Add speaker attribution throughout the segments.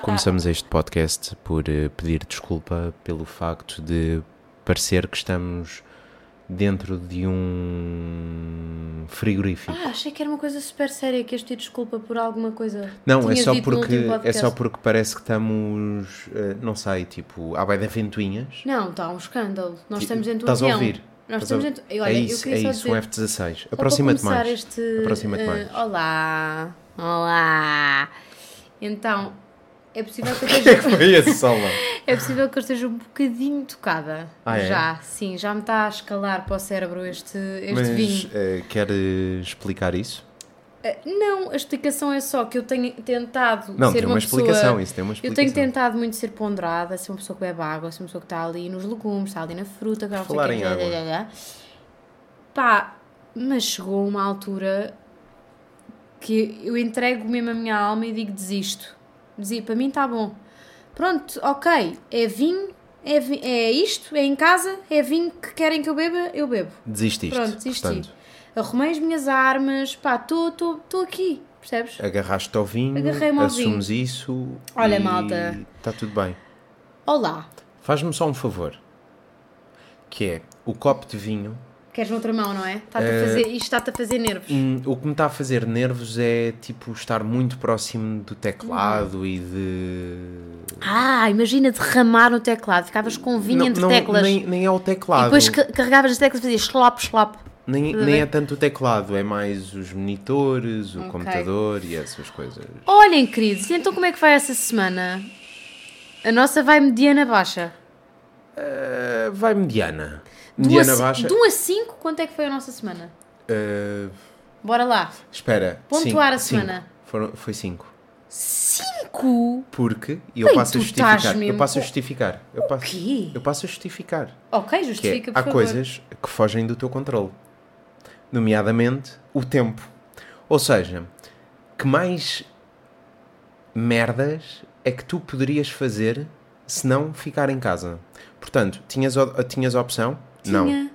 Speaker 1: Começamos este podcast por eh, pedir desculpa pelo facto de parecer que estamos dentro de um frigorífico.
Speaker 2: Ah, achei que era uma coisa super séria que este te desculpa por alguma coisa.
Speaker 1: Não, é
Speaker 2: Tinhas
Speaker 1: só,
Speaker 2: dito no
Speaker 1: porque,
Speaker 2: último
Speaker 1: é
Speaker 2: podcast.
Speaker 1: só porque parece que estamos, eh, não sei, tipo, à beira de ventoinhas.
Speaker 2: Não, está um escândalo. Nós
Speaker 1: Ti-
Speaker 2: estamos dentro do
Speaker 1: Estás a
Speaker 2: avião.
Speaker 1: ouvir?
Speaker 2: Nós
Speaker 1: Estás a-
Speaker 2: estamos dentro. e Olha,
Speaker 1: é
Speaker 2: eu
Speaker 1: isso,
Speaker 2: queria
Speaker 1: é
Speaker 2: só
Speaker 1: isso,
Speaker 2: dizer,
Speaker 1: um F-16.
Speaker 2: só para
Speaker 1: Aproxima-te
Speaker 2: começar
Speaker 1: mais.
Speaker 2: Este,
Speaker 1: Aproxima-te
Speaker 2: eh,
Speaker 1: mais.
Speaker 2: Olá. Olá. Então, é possível que eu
Speaker 1: O que é que
Speaker 2: esteja,
Speaker 1: foi esse solo?
Speaker 2: é possível que eu esteja um bocadinho tocada.
Speaker 1: Ah, é?
Speaker 2: Já, sim, já me está a escalar para o cérebro este, este
Speaker 1: Mas
Speaker 2: vinho.
Speaker 1: eh, quer eh, explicar isso?
Speaker 2: Não, a explicação é só que eu tenho tentado
Speaker 1: Não,
Speaker 2: ser
Speaker 1: tem
Speaker 2: uma,
Speaker 1: uma explicação,
Speaker 2: pessoa...
Speaker 1: isso tem uma
Speaker 2: Eu
Speaker 1: explicação.
Speaker 2: tenho tentado muito ser ponderada, ser uma pessoa que bebe água, ser uma pessoa que está ali nos legumes, está ali na fruta, que não sei o
Speaker 1: Falar
Speaker 2: quê,
Speaker 1: em
Speaker 2: blá, blá,
Speaker 1: água.
Speaker 2: blá, blá. Pá, mas chegou uma altura que eu entrego mesmo a minha alma e digo desisto. Dizia, para mim está bom. Pronto, ok, é vinho, é, vi- é isto, é em casa, é vinho que querem que eu beba, eu bebo.
Speaker 1: Desististe,
Speaker 2: Pronto, desisti.
Speaker 1: portanto.
Speaker 2: Arrumei as minhas armas, pá, estou aqui, percebes?
Speaker 1: Agarraste ao vinho,
Speaker 2: Agarrei-me ao
Speaker 1: assumes isso.
Speaker 2: Olha,
Speaker 1: e
Speaker 2: malta.
Speaker 1: Está tudo bem.
Speaker 2: Olá,
Speaker 1: Faz-me só um favor: que é o copo de vinho.
Speaker 2: queres noutra mão, não é? Está-te a fazer, isto está-te a fazer nervos.
Speaker 1: hum, o que me está a fazer nervos é tipo estar muito próximo do teclado e de.
Speaker 2: Ah, imagina derramar no teclado. Ficavas com um vinho
Speaker 1: Não-
Speaker 2: entre
Speaker 1: não,
Speaker 2: teclas.
Speaker 1: Nem, nem é o
Speaker 2: E
Speaker 1: teclado.
Speaker 2: depois ca- carregavas as teclas e fazias slop, slop.
Speaker 1: Nem,
Speaker 2: Tudo
Speaker 1: nem
Speaker 2: bem.
Speaker 1: é tanto o teclado, é mais os monitores, o
Speaker 2: Ok.
Speaker 1: computador e essas coisas.
Speaker 2: Olhem, queridos, e então como é que vai essa semana? A nossa vai mediana baixa.
Speaker 1: Ah, vai mediana.
Speaker 2: Do
Speaker 1: Mediana
Speaker 2: a, ci-
Speaker 1: baixa.
Speaker 2: Do a 5, quanto é que foi a nossa semana?
Speaker 1: Ah,
Speaker 2: Bora lá.
Speaker 1: espera.
Speaker 2: Pontuar
Speaker 1: cinco,
Speaker 2: a semana.
Speaker 1: cinco. Foram- foi 5.
Speaker 2: 5?
Speaker 1: Porque, e eu
Speaker 2: Bem,
Speaker 1: passo a
Speaker 2: tu estás
Speaker 1: justificar, eu
Speaker 2: mesmo
Speaker 1: passo a
Speaker 2: com-
Speaker 1: justificar, eu passo,
Speaker 2: quê?
Speaker 1: eu passo a justificar,
Speaker 2: Ok,
Speaker 1: que é,
Speaker 2: justifica, por
Speaker 1: há
Speaker 2: favor.
Speaker 1: coisas que fogem do teu controle, nomeadamente o tempo, ou seja, que mais merdas é que tu poderias fazer se não ficar em casa? Portanto, tinhas, o- tinhas a opção? Não.
Speaker 2: Tinha.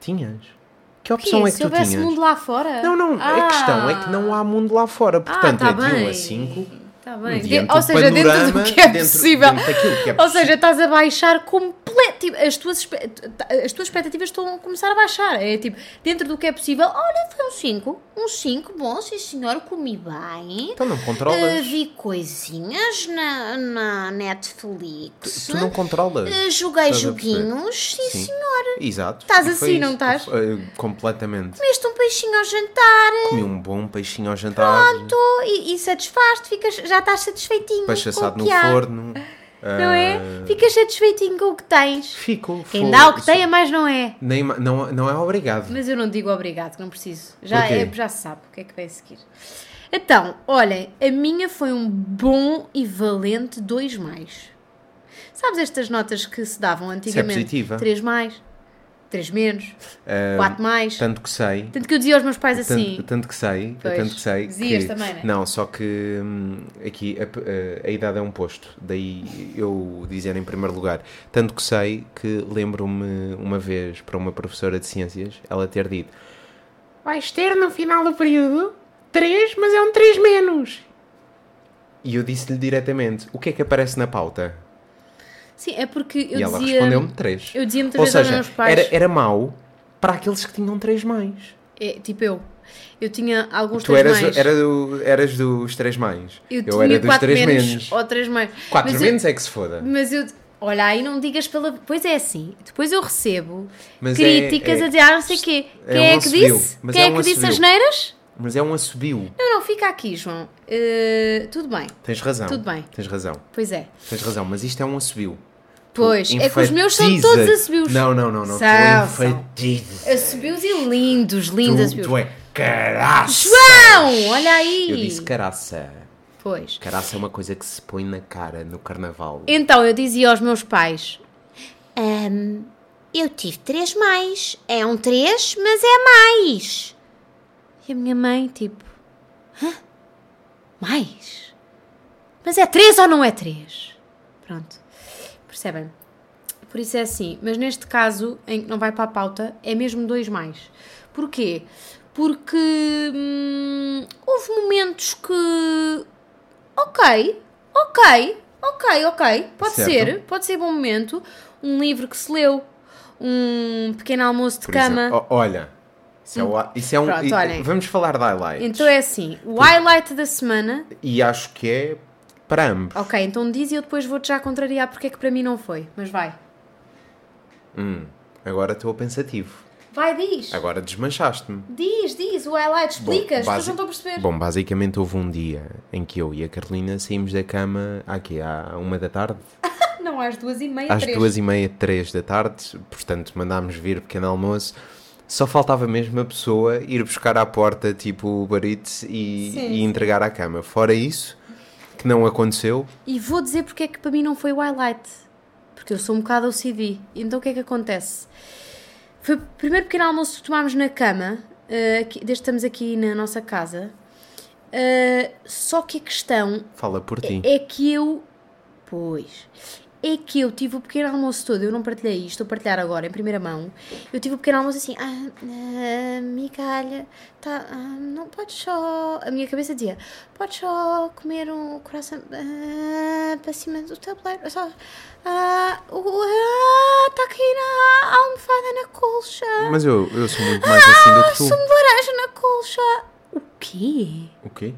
Speaker 1: Tinhas? Que
Speaker 2: Que
Speaker 1: opção é que
Speaker 2: Se
Speaker 1: tu
Speaker 2: houvesse
Speaker 1: tinhas?
Speaker 2: mundo lá fora?
Speaker 1: Não, não, a
Speaker 2: Ah.
Speaker 1: questão é que não há mundo lá fora, portanto
Speaker 2: tá
Speaker 1: é de 1
Speaker 2: bem.
Speaker 1: a 5
Speaker 2: Tá bem.
Speaker 1: Diante
Speaker 2: De- ou
Speaker 1: do
Speaker 2: seja, dentro do
Speaker 1: panorama,
Speaker 2: que é
Speaker 1: dentro-
Speaker 2: possível.
Speaker 1: dentro daquilo que é
Speaker 2: ou seja, estás a baixar completo. tipo, as, tuas, espe- as tuas expectativas estão a começar a baixar. É tipo, dentro do que é possível, olha, foi um 5. Um 5, bom, sim senhor, comi bem.
Speaker 1: Então não
Speaker 2: Eh,
Speaker 1: controlas.
Speaker 2: vi coisinhas na, na Netflix.
Speaker 1: Tu não controlas.
Speaker 2: Eh, joguei
Speaker 1: Estás a perceber?
Speaker 2: joguinhos, sim,
Speaker 1: Sim.
Speaker 2: senhor.
Speaker 1: Exato.
Speaker 2: Estás
Speaker 1: E
Speaker 2: assim,
Speaker 1: foi isso.
Speaker 2: não estás?
Speaker 1: Eh, completamente.
Speaker 2: Comeste um peixinho ao jantar
Speaker 1: Comi um bom peixinho ao jantar,
Speaker 2: tô- e, e satisfaste, ficas, já estás satisfeitinho.
Speaker 1: peixe
Speaker 2: com o
Speaker 1: assado no
Speaker 2: que há,
Speaker 1: forno.
Speaker 2: Não é? Ficas satisfeitinho com o que tens.
Speaker 1: Fico.
Speaker 2: Quem
Speaker 1: fogo.
Speaker 2: dá o que tem, a mais não é.
Speaker 1: Nem ma- não, não é obrigado.
Speaker 2: Mas eu não digo obrigado, que não preciso. Já,
Speaker 1: Porquê?
Speaker 2: é, já se sabe o que é que vai seguir. Então, olhem, a minha foi um bom e valente 2 mais. Sabes estas notas que se davam antigamente?
Speaker 1: é positiva. Eh,
Speaker 2: 3 mais, 3 menos, 4 mais.
Speaker 1: Tanto que sei.
Speaker 2: Tanto que eu dizia aos meus pais
Speaker 1: Tanto,
Speaker 2: assim.
Speaker 1: tanto que sei,
Speaker 2: Pois.
Speaker 1: tanto que sei.
Speaker 2: Dizias
Speaker 1: que-
Speaker 2: também, né?
Speaker 1: Não, só que hum, aqui a, p- a- a idade é um posto. Daí eu dizer em primeiro lugar. Tanto que sei que lembro-me uma vez para uma professora de ciências ela ter dito: Vais ter no final do período 3, mas é um 3 menos. E eu disse-lhe diretamente: O que é que aparece na pauta?
Speaker 2: Sim, é porque eu
Speaker 1: e ela
Speaker 2: dizia.
Speaker 1: respondeu-me 3.
Speaker 2: eu dizia muitas
Speaker 1: Ou
Speaker 2: vezes aos
Speaker 1: seja,
Speaker 2: meus pais.
Speaker 1: era, era mau para aqueles que tinham 3 mais.
Speaker 2: É, tipo eu. Eu tinha alguns
Speaker 1: Tu
Speaker 2: 3
Speaker 1: eras,
Speaker 2: mais.
Speaker 1: era do- eras dos três mais.
Speaker 2: Eu, tinha
Speaker 1: era dos
Speaker 2: quatro
Speaker 1: três
Speaker 2: menos,
Speaker 1: menos.
Speaker 2: Ou 3 mais.
Speaker 1: Quatro
Speaker 2: Mas eu-
Speaker 1: menos é que se foda.
Speaker 2: Mas eu. Olha, aí não digas pela. Pois é assim. Depois eu recebo
Speaker 1: Mas
Speaker 2: críticas
Speaker 1: é- é-
Speaker 2: a dizer, ah, não sei o quê.
Speaker 1: é
Speaker 2: Quem
Speaker 1: um
Speaker 2: é, que
Speaker 1: assobio,
Speaker 2: disse?
Speaker 1: mas
Speaker 2: Quem
Speaker 1: é
Speaker 2: é,
Speaker 1: um
Speaker 2: que disse
Speaker 1: assobio.
Speaker 2: as neiras?
Speaker 1: Mas é um assobio.
Speaker 2: Não, não, fica aqui, João. Eh, tudo bem.
Speaker 1: Tens razão.
Speaker 2: Tudo bem.
Speaker 1: Tens razão.
Speaker 2: Pois é.
Speaker 1: Tens razão, mas isto é um assobio. Tu
Speaker 2: Pois, é que os meus são
Speaker 1: enfatizas-
Speaker 2: todos assobios.
Speaker 1: Não, não, não. não.
Speaker 2: São,
Speaker 1: tu
Speaker 2: são.
Speaker 1: enfatiza.
Speaker 2: Assobios e lindos, lindos
Speaker 1: Tu,
Speaker 2: assobios.
Speaker 1: tu é caraça.
Speaker 2: João, olha aí.
Speaker 1: é. Eu disse caraça.
Speaker 2: Pois.
Speaker 1: Caraça é uma coisa que se põe na cara no carnaval.
Speaker 2: Então eu dizia aos meus pais:
Speaker 3: Eu tive três mais. É um três, mas é mais.
Speaker 2: E a minha mãe, tipo, hã? Mais? Mas é três ou não é três? Pronto. Percebem? Por isso é assim. Mas neste caso, em que não vai para a pauta, é mesmo dois mais. Porquê? Porque hum, houve momentos que. Ok, Ok, ok, ok. Pode
Speaker 1: Certo.
Speaker 2: ser, pode ser bom momento. Um livro que se leu, um pequeno almoço de
Speaker 1: Por
Speaker 2: cama. Hum.
Speaker 1: exemplo, o- olha, isso é, o- isso é um.
Speaker 2: Pronto,
Speaker 1: e-
Speaker 2: olhem.
Speaker 1: Vamos falar de highlights.
Speaker 2: Então é assim, o highlight da semana.
Speaker 1: E acho que é para ambos.
Speaker 2: Ok, então diz e eu depois vou-te já contrariar porque é que para mim não foi. Mas vai.
Speaker 1: Hum, agora estou pensativo.
Speaker 2: Vai, diz.
Speaker 1: Agora desmanchaste-me.
Speaker 2: Diz, diz, o highlight, explica, as pessoas
Speaker 1: basi-
Speaker 2: não estão a perceber.
Speaker 1: Bom, basicamente houve um dia em que eu e a Carolina saímos da cama aqui à uma da tarde,
Speaker 2: Não, às duas e meia,
Speaker 1: às
Speaker 2: três.
Speaker 1: duas e meia, três da tarde, portanto mandámos vir pequeno almoço. Só faltava mesmo a pessoa ir buscar à porta, tipo o barite, e,
Speaker 2: Sim,
Speaker 1: e
Speaker 2: sim.
Speaker 1: entregar à cama. Fora isso, que não aconteceu,
Speaker 2: E vou dizer porque é que para mim não foi o highlight. Porque eu sou um bocado OCD. Então o que é que acontece? Foi o primeiro pequeno almoço que tomámos na cama, eh, aqui- desde que estamos aqui na nossa casa. Eh, só que a questão
Speaker 1: fala por ti.
Speaker 2: é que eu. Pois. É que eu tive o pequeno almoço todo, eu não partilhei isto, estou a partilhar agora em primeira mão. Eu tive o pequeno almoço assim, ah, ah, migalha, tá, ah, não podes só. A minha cabeça dizia, podes só comer um coração ah, para cima do tabuleiro, só. Ah, o- ah, tá aqui na almofada na colcha,
Speaker 1: Mas eu, eu sou muito mais assim do que
Speaker 2: sumo
Speaker 1: tu.
Speaker 2: de laranja na colcha. O quê?
Speaker 1: O quê?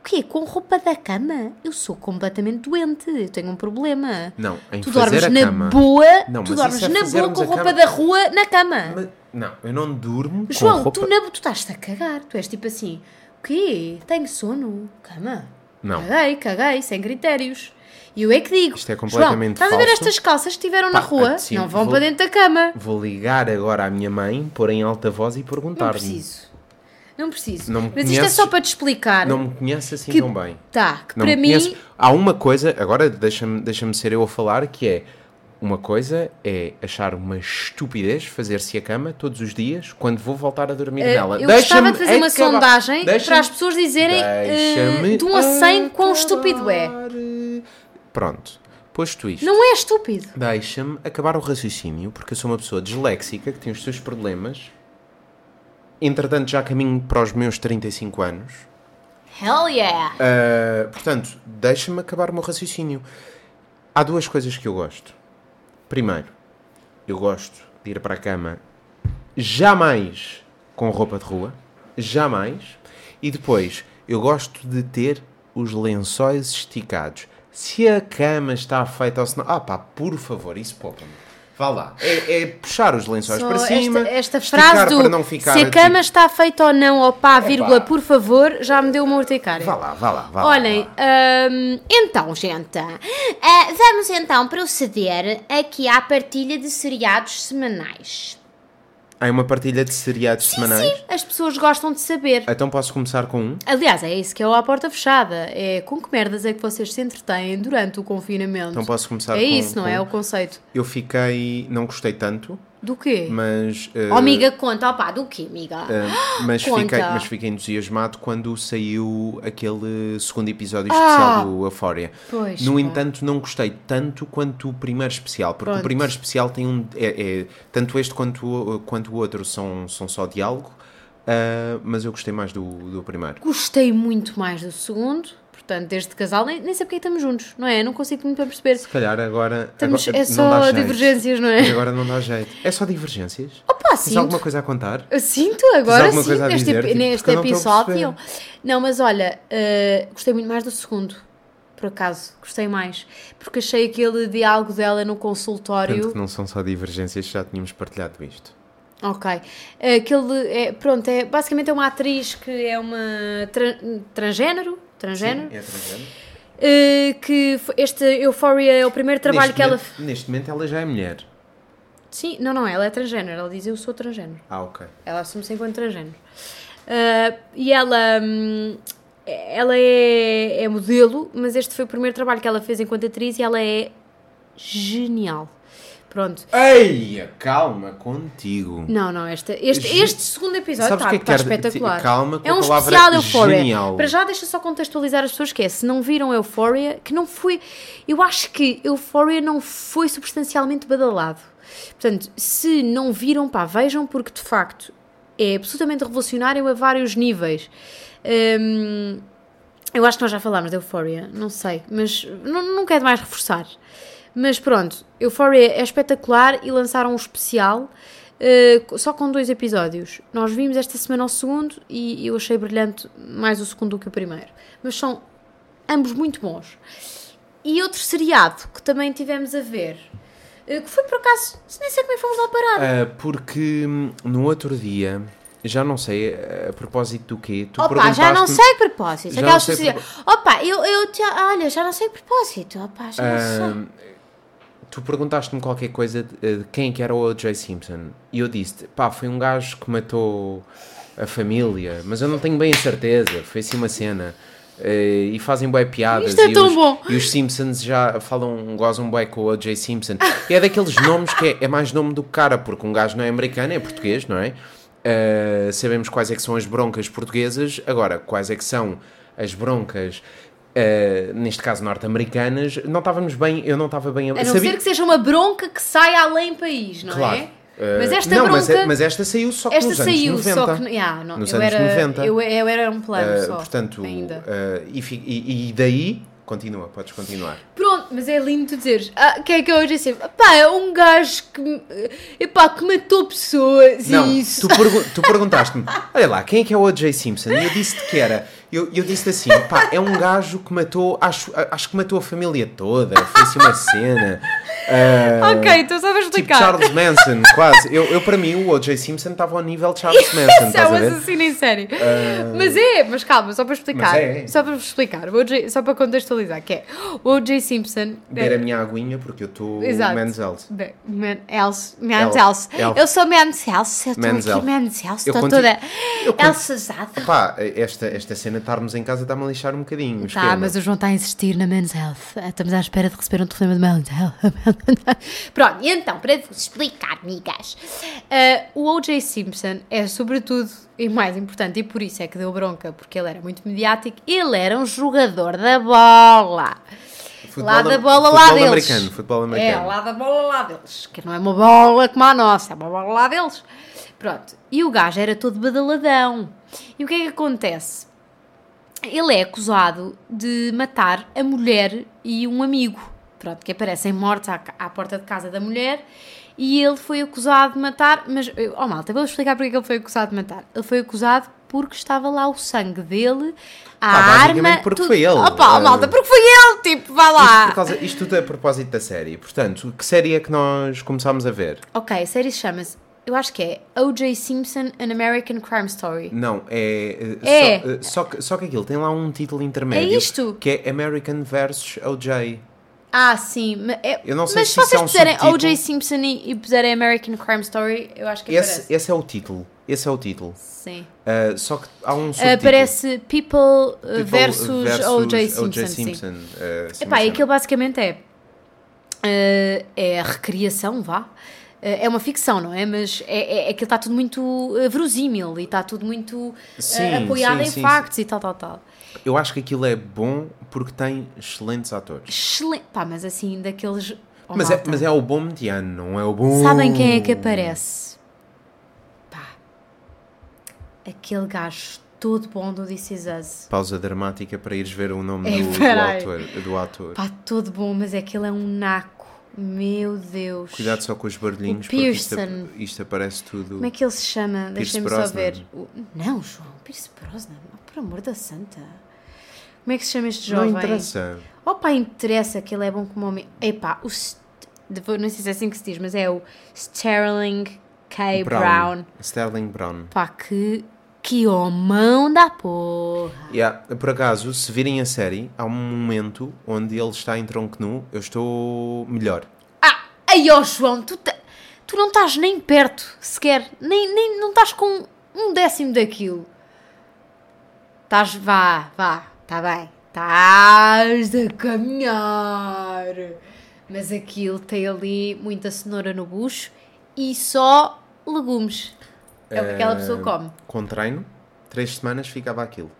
Speaker 2: O quê? Com roupa da cama? Eu sou completamente doente. Eu tenho um problema.
Speaker 1: Não, em
Speaker 2: tu
Speaker 1: fazer
Speaker 2: dormes
Speaker 1: a
Speaker 2: na
Speaker 1: cama.
Speaker 2: boa.
Speaker 1: Não,
Speaker 2: tu
Speaker 1: mas
Speaker 2: dormes
Speaker 1: isso é
Speaker 2: na boa
Speaker 1: fazermos
Speaker 2: com
Speaker 1: a
Speaker 2: roupa
Speaker 1: cama.
Speaker 2: da rua na cama.
Speaker 1: Mas- não, eu não durmo com
Speaker 2: João,
Speaker 1: roupa.
Speaker 2: tu, na, tu estás-te a cagar. Tu és tipo assim: o quê? Tenho sono? Cama?
Speaker 1: Não.
Speaker 2: Caguei, caguei, sem critérios. E eu é que digo:
Speaker 1: Isto é completamente
Speaker 2: João, estás a ver
Speaker 1: falso.
Speaker 2: estas calças que tiveram na
Speaker 1: Pá,
Speaker 2: rua?
Speaker 1: assim,
Speaker 2: não vão
Speaker 1: vou-
Speaker 2: para dentro da cama.
Speaker 1: Vou ligar agora à minha mãe, pôr em alta voz e
Speaker 2: Não
Speaker 1: perguntar-lhe.
Speaker 2: preciso. Não preciso.
Speaker 1: Não me
Speaker 2: Mas isto é
Speaker 1: conheces?
Speaker 2: só para te explicar.
Speaker 1: Não me conhece assim
Speaker 2: Que-
Speaker 1: tão bem.
Speaker 2: Tá, que
Speaker 1: Não
Speaker 2: para
Speaker 1: me
Speaker 2: mim.
Speaker 1: conhece. Há uma coisa, agora deixa-me deixa ser eu a falar, que é uma coisa é achar uma estupidez fazer-se a cama todos os dias quando vou voltar a dormir nela.
Speaker 2: Eh, Eu gostava
Speaker 1: Deixa-me é
Speaker 2: de fazer uma
Speaker 1: acabar.
Speaker 2: sondagem para
Speaker 1: Deixa-me-
Speaker 2: as pessoas dizerem
Speaker 1: Deixa-me
Speaker 2: eh, de um a 100 quão estúpido é.
Speaker 1: acabar. Pronto, posto isto.
Speaker 2: Não é estúpido.
Speaker 1: Deixa-me acabar o raciocínio, porque eu sou uma pessoa disléxica que tem os seus problemas. Entretanto, já caminho para os meus 35 anos.
Speaker 2: Hell yeah!
Speaker 1: Uh, portanto, deixa-me acabar o meu raciocínio. Há duas coisas que eu gosto. Primeiro, eu gosto de ir para a cama jamais com roupa de rua. Jamais. E depois, eu gosto de ter os lençóis esticados. Se a cama está feita ou se não. Ah, pá, por favor, isso poupa-me. Vá lá. É, é puxar os lençóis
Speaker 2: Só
Speaker 1: para cima.
Speaker 2: esta, esta
Speaker 1: esticar
Speaker 2: frase do
Speaker 1: para não ficar,
Speaker 2: se a
Speaker 1: tipo,
Speaker 2: cama está feita ou não, ou pá, vírgula, por favor, já me deu uma urticária.
Speaker 1: Vá lá, vá lá, vá lá,
Speaker 2: Olhem,
Speaker 1: vá lá.
Speaker 2: hum,
Speaker 3: Então, gente, ah, vamos então proceder aqui à partilha de seriados semanais.
Speaker 1: Há uma partilha de seriados semanais.
Speaker 2: as pessoas gostam de saber.
Speaker 1: Então posso começar com um?
Speaker 2: Aliás, é isso que é o à porta fechada. É com que merdas é que vocês se entretêm durante o confinamento?
Speaker 1: Então posso começar
Speaker 2: é
Speaker 1: com
Speaker 2: isso, não
Speaker 1: com- um.
Speaker 2: é? O conceito.
Speaker 1: Eu fiquei. Não gostei tanto,
Speaker 2: Do quê?
Speaker 1: mas. eh,
Speaker 3: Oh, amiga, conta, opá, do quê, amiga?
Speaker 1: eh, mas,
Speaker 2: Conta.
Speaker 1: fiquei, mas fiquei entusiasmado quando saiu aquele segundo episódio
Speaker 2: Ah!
Speaker 1: especial do Euphoria.
Speaker 2: Pois, é?
Speaker 1: no
Speaker 2: pá.
Speaker 1: entanto, não gostei tanto quanto o primeiro especial, porque
Speaker 2: Pronto.
Speaker 1: o primeiro especial tem um. É, é- tanto este quanto, o- quanto o outro são, são só diálogo, ah, mas eu gostei mais do, do primeiro.
Speaker 2: Gostei muito mais do segundo, portanto, deste casal, nem, nem sei porque é que estamos juntos, não é? Não consigo muito bem perceber.
Speaker 1: Se calhar agora.
Speaker 2: Estamos,
Speaker 1: agora-
Speaker 2: é
Speaker 1: não dá
Speaker 2: só
Speaker 1: jeito.
Speaker 2: divergências, não
Speaker 1: Mas
Speaker 2: é?
Speaker 1: Agora não dá jeito. É só divergências?
Speaker 2: Opa,
Speaker 1: Tens
Speaker 2: sinto.
Speaker 1: alguma coisa a contar?
Speaker 2: Eu sinto agora,
Speaker 1: alguma
Speaker 2: sim,
Speaker 1: coisa a
Speaker 2: neste,
Speaker 1: dizer,
Speaker 2: epi-
Speaker 1: tipo,
Speaker 2: neste
Speaker 1: porque eu não estou a
Speaker 2: episódio. Não, mas olha, eh, gostei muito mais do segundo, por acaso. Gostei mais. Porque achei aquele diálogo dela no
Speaker 1: Tanto
Speaker 2: consultório.
Speaker 1: que não são só divergências, já tínhamos partilhado isto.
Speaker 2: Ok. Aquele. É, pronto, é, basicamente é uma atriz que é uma. tran- transgénero? Transgénero?
Speaker 1: é transgénero.
Speaker 2: Eh, que fo- este Euphoria é o primeiro trabalho
Speaker 1: neste
Speaker 2: que ela.
Speaker 1: momento, Neste momento ela já é mulher.
Speaker 2: Sim, não, não, ela é transgénero. Ela diz eu sou transgénero.
Speaker 1: Ah, ok.
Speaker 2: Ela assume-se enquanto transgénero. Ah, e ela, hum, ela é, é modelo, mas este foi o primeiro trabalho que ela fez enquanto atriz e ela é genial. Pronto.
Speaker 1: Eia, calma contigo.
Speaker 2: Não, não, esta, este,
Speaker 1: Ge-
Speaker 2: este segundo episódio
Speaker 1: Sabes
Speaker 2: está,
Speaker 1: o que é que
Speaker 2: está
Speaker 1: quer-
Speaker 2: espetacular.
Speaker 1: ti- calma com
Speaker 2: é
Speaker 1: a
Speaker 2: um
Speaker 1: palavra
Speaker 2: especial Euphoria.
Speaker 1: genial.
Speaker 2: Para já, deixa só contextualizar as pessoas que é, se não viram Euphoria, que não foi... Eu acho que Euphoria não foi substancialmente badalado. Portanto, se não viram, pá, vejam, porque de facto é absolutamente revolucionário a vários níveis. Hum, Eu acho que nós já falámos de Euphoria, não sei, mas não, não quero mais reforçar. Mas pronto, Euphoria é espetacular e lançaram um especial eh, só com dois episódios. Nós vimos esta semana o segundo e eu achei brilhante mais o segundo do que o primeiro. Mas são ambos muito bons. E outro seriado que também tivemos a ver, eh, que foi por acaso, nem sei como é que fomos lá parar.
Speaker 1: Ah, porque hum, no outro dia, já não sei ah, a propósito do quê, tu
Speaker 3: Opa, já não
Speaker 1: perguntaste-me-
Speaker 3: sei propósito.
Speaker 1: Já
Speaker 3: Aquelas
Speaker 1: não sei
Speaker 3: pessoas dizem, Opa, eu, eu te, olha, já não sei propósito. Opa, já não sei.
Speaker 1: Ahm, tu perguntaste-me qualquer coisa de, eh, de quem que era o O.J. Simpson. E eu disse pá, foi um gajo que matou a família, mas eu não tenho bem a certeza. Foi assim uma cena. Eh, e fazem bué piadas.
Speaker 2: Isto é
Speaker 1: e
Speaker 2: tão
Speaker 1: os,
Speaker 2: bom.
Speaker 1: E os Simpsons já falam, gozam bué com o O.J. Simpson. E é daqueles nomes que é, é mais nome do que cara, porque um gajo não é americano, é português, não é? Eh, sabemos quais é que são as broncas portuguesas. Agora, quais é que são as broncas... eh, neste caso norte-americanas, não estávamos bem, eu não estava bem
Speaker 2: A não
Speaker 1: sabia-
Speaker 2: ser que seja uma bronca que saia além país, não
Speaker 1: Claro.
Speaker 2: é?
Speaker 1: Eh,
Speaker 2: Mas esta
Speaker 1: não,
Speaker 2: bronca.
Speaker 1: mas, é- mas esta saiu só que
Speaker 2: esta
Speaker 1: nos
Speaker 2: saiu,
Speaker 1: anos 90.
Speaker 2: só que. Yeah, não,
Speaker 1: Nos
Speaker 2: eu,
Speaker 1: anos
Speaker 2: era,
Speaker 1: 90.
Speaker 2: Eu, eu era um plano
Speaker 1: Eh,
Speaker 2: só.
Speaker 1: portanto,
Speaker 2: Ainda.
Speaker 1: eh, e, fi- e- e daí, continua, podes continuar.
Speaker 2: Pronto, mas é lindo tu dizeres. Ah, quem é que eu hoje sempre? Pá, é um gajo que. me- eh, Epá, que matou pessoas
Speaker 1: não,
Speaker 2: e isso.
Speaker 1: tu, pergu- tu perguntaste-me, olha lá, quem é que é o O.J. Simpson? E eu disse-te que era. Eu, eu disse-te assim, pá, é um gajo que matou, acho, a- acho que matou a família toda, foi assim uma cena. eh,
Speaker 2: ok, então só vais
Speaker 1: Tipo
Speaker 2: explicar.
Speaker 1: Charles Manson, quase. Eu, eu, para mim, o O.J. Simpson estava ao nível de Charles Manson,
Speaker 2: Isso é
Speaker 1: estás
Speaker 2: um
Speaker 1: a ver? Eh,
Speaker 2: assassino em série. Mas é, mas calma, só para explicar.
Speaker 1: Mas é, é.
Speaker 2: Só para vos explicar. o O.J. Só para contextualizar, que é o O.J. Simpson.
Speaker 1: Beber a minha aguinha porque eu estou
Speaker 2: Exato.
Speaker 1: menos alto.
Speaker 2: Bem, Man, else, Man's
Speaker 1: Else,
Speaker 3: Elsa.
Speaker 1: Elsa.
Speaker 3: Eu sou Menos Elsa. Eu
Speaker 1: Menos
Speaker 3: estou aqui
Speaker 1: Elsa.
Speaker 3: Menos Elsa.
Speaker 1: Eu
Speaker 3: Estou
Speaker 1: conti-
Speaker 3: toda
Speaker 1: eu conti-
Speaker 3: Elsazada.
Speaker 1: Pá, esta, esta cena de estarmos em casa está-me a lixar um bocadinho. o
Speaker 2: Tá,
Speaker 1: esquema.
Speaker 2: mas o João está a insistir na Men's Health. Estamos à espera de receber um telefonema de Men's Health. Pronto, e então, para vos
Speaker 3: Explicar, amigas.
Speaker 2: Uh, o O.J. Simpson é sobretudo, e mais importante, e por isso é que deu bronca, porque ele era muito mediático, ele era um jogador da bola.
Speaker 1: Futebol
Speaker 2: lá da
Speaker 1: am-
Speaker 2: bola, lá
Speaker 1: futebol
Speaker 2: deles.
Speaker 1: americano, futebol americano.
Speaker 2: É, lá da bola, lá deles. Que não é uma bola como a nossa, é uma bola lá deles. Pronto, e o gajo era todo badaladão. E o que é que acontece? Ele é acusado de matar a mulher e um amigo. Pronto, que aparecem mortos à, ca- à porta de casa da mulher. E ele foi acusado de matar, mas... Oh, malta, vou explicar porque é que ele foi acusado de matar. Ele foi acusado porque estava lá o sangue dele,
Speaker 1: Pá,
Speaker 2: a
Speaker 1: Ah, basicamente
Speaker 2: arma...
Speaker 1: porque
Speaker 2: tudo.
Speaker 1: foi ele.
Speaker 2: Opa, oh, malta,
Speaker 1: Eh,
Speaker 2: porque foi ele, tipo, vá lá.
Speaker 1: Isto, por causa, isto tudo é a propósito da série. Portanto, que série é que nós começámos a ver?
Speaker 2: Ok, a série chama-se, eu acho que é O.J. Simpson, An American Crime Story.
Speaker 1: Não, é. eh,
Speaker 2: É.
Speaker 1: Só, eh, só, que, só que aquilo tem lá um título intermédio.
Speaker 2: É isto?
Speaker 1: Que é American vs. OJ.
Speaker 2: Ah, sim. ma- é-
Speaker 1: Eu não sei
Speaker 2: mas
Speaker 1: se
Speaker 2: se vocês
Speaker 1: isso é um
Speaker 2: puserem
Speaker 1: subtítulo.
Speaker 2: O.J. Simpson e, e puserem American Crime Story, eu acho que aparece.
Speaker 1: Esse, esse é o título. Esse é o título.
Speaker 2: Sim.
Speaker 1: Eh, só que há um subtítulo. Tipo,
Speaker 2: Aparece People, uh,
Speaker 1: People eh,
Speaker 2: versus O.J. Simpson.
Speaker 1: O.J.
Speaker 2: sim.
Speaker 1: Simpson. eh, sim,
Speaker 2: Epá,
Speaker 1: sim.
Speaker 2: e aquilo basicamente é. eh, é a recriação, vá. Eh, é uma ficção, não é? Mas é, é, aquilo está tudo muito eh, verosímil e está tudo muito eh,
Speaker 1: Sim,
Speaker 2: apoiado
Speaker 1: sim,
Speaker 2: em
Speaker 1: sim,
Speaker 2: factos e tal, tal, tal.
Speaker 1: Eu acho que aquilo é bom porque tem excelentes atores.
Speaker 2: Excelente. Pá, mas assim, daqueles. Oh,
Speaker 1: mas, é,
Speaker 2: malta.
Speaker 1: mas é o bom mediano, não é o bom.
Speaker 2: Sabem quem é que aparece? Pá. Aquele gajo todo bom do This Is Us.
Speaker 1: Pausa dramática para ires ver o nome
Speaker 2: É,
Speaker 1: do, do
Speaker 2: peraí.
Speaker 1: autor- do ator.
Speaker 2: Pá, todo bom, mas é que ele é um naco. Meu Deus.
Speaker 1: Cuidado só com os barulhinhos,
Speaker 2: O
Speaker 1: porque isto,
Speaker 2: Pearson.
Speaker 1: isto aparece tudo.
Speaker 2: Como é que ele se chama?
Speaker 1: Pierce
Speaker 2: Deixem-me só
Speaker 1: Brosnan.
Speaker 2: ver. O- Não, João, Pierce Brosnan. Oh, por amor da santa. Como é que se chama este
Speaker 1: Não
Speaker 2: jovem?
Speaker 1: interessa.
Speaker 2: Oh pá, interessa que ele é bom como homem. Epá, o... St- depois- Não sei se é assim que se diz, mas é o Sterling K. É, Brown.
Speaker 1: Sterling Brown.
Speaker 2: Pá, que, que homão da porra.
Speaker 1: Yeah, Por acaso, se virem a série, há um momento onde ele está em tronco nu, eu estou melhor.
Speaker 2: Ah, aí ó João, tu, te- tu não estás nem perto sequer, nem, nem não estás com um décimo daquilo. Estás, vá, vá, está bem. Estás a caminhar. Mas aquilo tem ali muita cenoura no bucho e só legumes. É o que aquela pessoa come.
Speaker 1: Com treino, três semanas ficava aquilo.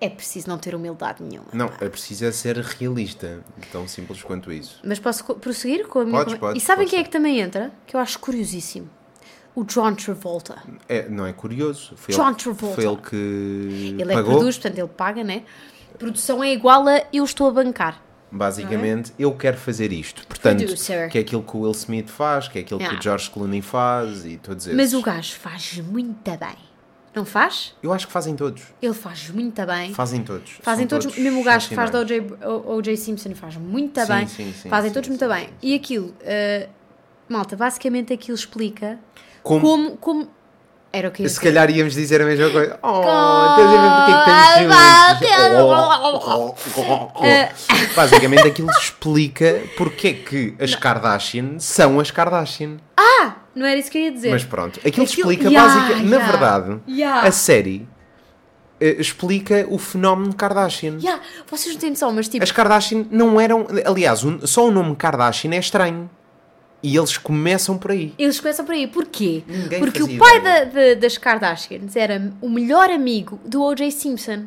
Speaker 2: É preciso não ter humildade nenhuma.
Speaker 1: Não, é preciso é ser realista. Tão simples quanto isso.
Speaker 2: Mas posso co- prosseguir com a minha
Speaker 1: Podes,
Speaker 2: conver-
Speaker 1: podes,
Speaker 2: E sabem
Speaker 1: podes
Speaker 2: quem é que também entra? Que eu acho curiosíssimo.
Speaker 3: o John Travolta.
Speaker 1: É, não é curioso. Foi
Speaker 3: John
Speaker 1: ele,
Speaker 3: Travolta.
Speaker 1: Foi ele que
Speaker 3: Ele é que
Speaker 1: pagou.
Speaker 3: produz, portanto ele paga, né? Produção é igual a eu estou a bancar. é?
Speaker 1: Basicamente, eu quero fazer isto. Portanto,
Speaker 3: Producer.
Speaker 1: que é aquilo que o Will Smith faz, que é aquilo que
Speaker 3: Yeah.
Speaker 1: o George Clooney faz e todos esses.
Speaker 3: Mas o gajo faz muito bem. Não faz?
Speaker 1: Eu acho que fazem todos.
Speaker 3: Ele faz muito bem.
Speaker 1: Fazem todos.
Speaker 3: Fazem
Speaker 1: São
Speaker 3: todos, mesmo o gajo que faz da
Speaker 1: fascinantes.
Speaker 3: OJ, O- OJ Simpson faz muito
Speaker 1: Sim,
Speaker 3: bem.
Speaker 1: sim, sim,
Speaker 3: fazem
Speaker 1: sim,
Speaker 3: todos
Speaker 1: sim,
Speaker 3: muito
Speaker 1: sim,
Speaker 3: bem. E aquilo, eh, malta, basicamente aquilo explica
Speaker 1: Como-
Speaker 3: como. como era o que eu ia
Speaker 1: Se
Speaker 3: dizer.
Speaker 1: calhar íamos dizer a mesma coisa. Oh,
Speaker 3: Com-
Speaker 1: estás a ver porque é que estamos juntos. oh,
Speaker 3: Eh.
Speaker 1: Basicamente aquilo explica porque é que as Kardashian são as Kardashian.
Speaker 2: Não era isso que eu ia dizer.
Speaker 1: Mas pronto, aquilo, explica
Speaker 2: Ya,
Speaker 1: basicamente. Na
Speaker 2: ya,
Speaker 1: verdade,
Speaker 2: ya.
Speaker 1: a série eh, explica o fenómeno Kardashian.
Speaker 3: Yeah, vocês não têm noção, mas tipo.
Speaker 1: As Kardashian não eram. Aliás, o- só o nome Kardashian é estranho. E eles começam por aí.
Speaker 3: Eles começam por aí. Porquê?
Speaker 1: Ninguém
Speaker 3: Porque
Speaker 1: fazia
Speaker 3: o pai
Speaker 1: ideia.
Speaker 3: da- da- das Kardashians era o melhor amigo do O.J. Simpson.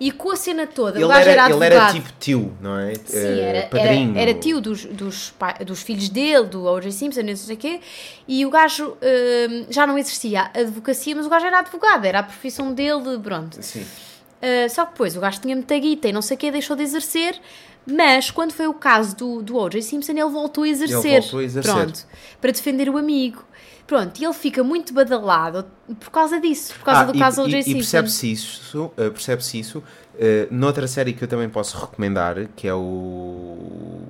Speaker 3: E com a cena toda, o
Speaker 1: Ele
Speaker 3: gajo era,
Speaker 1: era, ele
Speaker 3: advogado.
Speaker 1: era tipo tio, não é?
Speaker 3: Sim,
Speaker 1: Eh,
Speaker 3: era, era-
Speaker 1: padrinho.
Speaker 2: era
Speaker 3: tio dos, dos, pai- dos filhos dele, do O.J. Simpson, não sei o quê, e o gajo hum, já não exercia a advocacia, mas o gajo era advogado, era a profissão dele, pronto.
Speaker 1: Sim.
Speaker 3: Uh, só que depois o gajo tinha muita guita e não sei o quê, deixou de exercer, mas quando foi o caso do, do O.J. Simpson, ele voltou a exercer.
Speaker 1: voltou a exercer.
Speaker 3: Pronto, para defender o amigo. Pronto, e ele fica muito badalado por causa disso, por causa
Speaker 1: Ah,
Speaker 3: do
Speaker 1: e-
Speaker 3: caso
Speaker 1: e,
Speaker 3: do O.J.
Speaker 1: E
Speaker 3: Simpson.
Speaker 1: percebe-se isso, eh, percebe-se isso eh, noutra série que eu também posso recomendar, que é o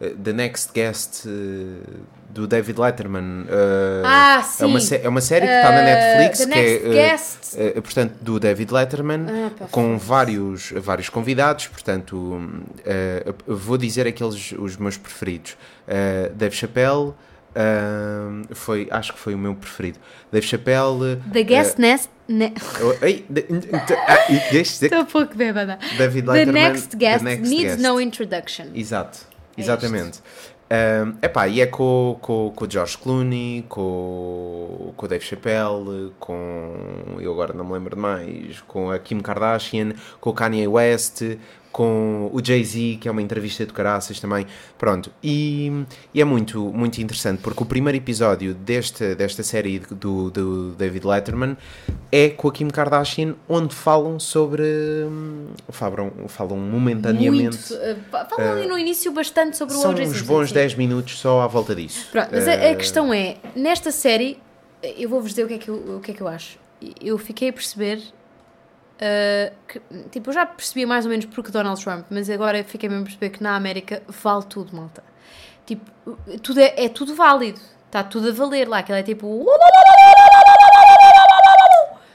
Speaker 1: eh, The Next Guest eh, do David Letterman. eh,
Speaker 3: Ah,
Speaker 1: É uma,
Speaker 3: sim.
Speaker 1: sé- é uma série que está na
Speaker 3: Eh,
Speaker 1: Netflix,
Speaker 3: The
Speaker 1: que é,
Speaker 3: Next
Speaker 1: eh,
Speaker 3: Guest.
Speaker 1: eh, portanto, do David Letterman,
Speaker 3: Ah, pá,
Speaker 1: com vários, vários convidados, portanto, hum, eh, vou dizer aqueles os meus preferidos. Eh, Dave Chappelle, ah, foi, acho que foi o meu preferido. Dave Chappelle...
Speaker 3: The Guest
Speaker 1: eh,
Speaker 3: Nest. Ne...
Speaker 1: Oh, ei, de- de- ah, e deixa dizer
Speaker 3: Estou um pouco bêbada.
Speaker 1: que David
Speaker 3: The
Speaker 1: Letterman.
Speaker 3: next guest
Speaker 1: The next
Speaker 3: needs
Speaker 1: guest.
Speaker 3: no introduction.
Speaker 1: Exato,
Speaker 3: É
Speaker 1: exatamente. Ahm, epá, e é com, com, com o George Clooney, com, com o Dave Chappelle, com. Eu agora não me lembro de mais. Com a Kim Kardashian, com o Kanye West, com o Jay-Z, que é uma entrevista de caraças também. Pronto, e, e é muito, muito interessante porque o primeiro episódio desta, desta série do, do David Letterman é com a Kim Kardashian, onde falam sobre. hum, Falam, falam momentaneamente.
Speaker 2: Muito.
Speaker 3: eh,
Speaker 2: uh, fa- Fala ali no início bastante sobre o
Speaker 1: eh, São
Speaker 2: O.J.
Speaker 1: uns
Speaker 2: Simpson.
Speaker 1: bons
Speaker 2: sim.
Speaker 1: 10 minutos só à volta disso.
Speaker 2: Pronto, mas a- a,
Speaker 1: Eh,
Speaker 2: questão é, nesta série, eh, eu vou-vos dizer o que é que eu, o que é que eu acho. Eu fiquei a perceber. eh, que, tipo, eu já percebia mais ou menos porque Donald Trump, mas agora fiquei mesmo a perceber que na América vale tudo, malta. Tipo, tudo é, é tudo válido. Está tudo a valer lá. Aquilo é tipo.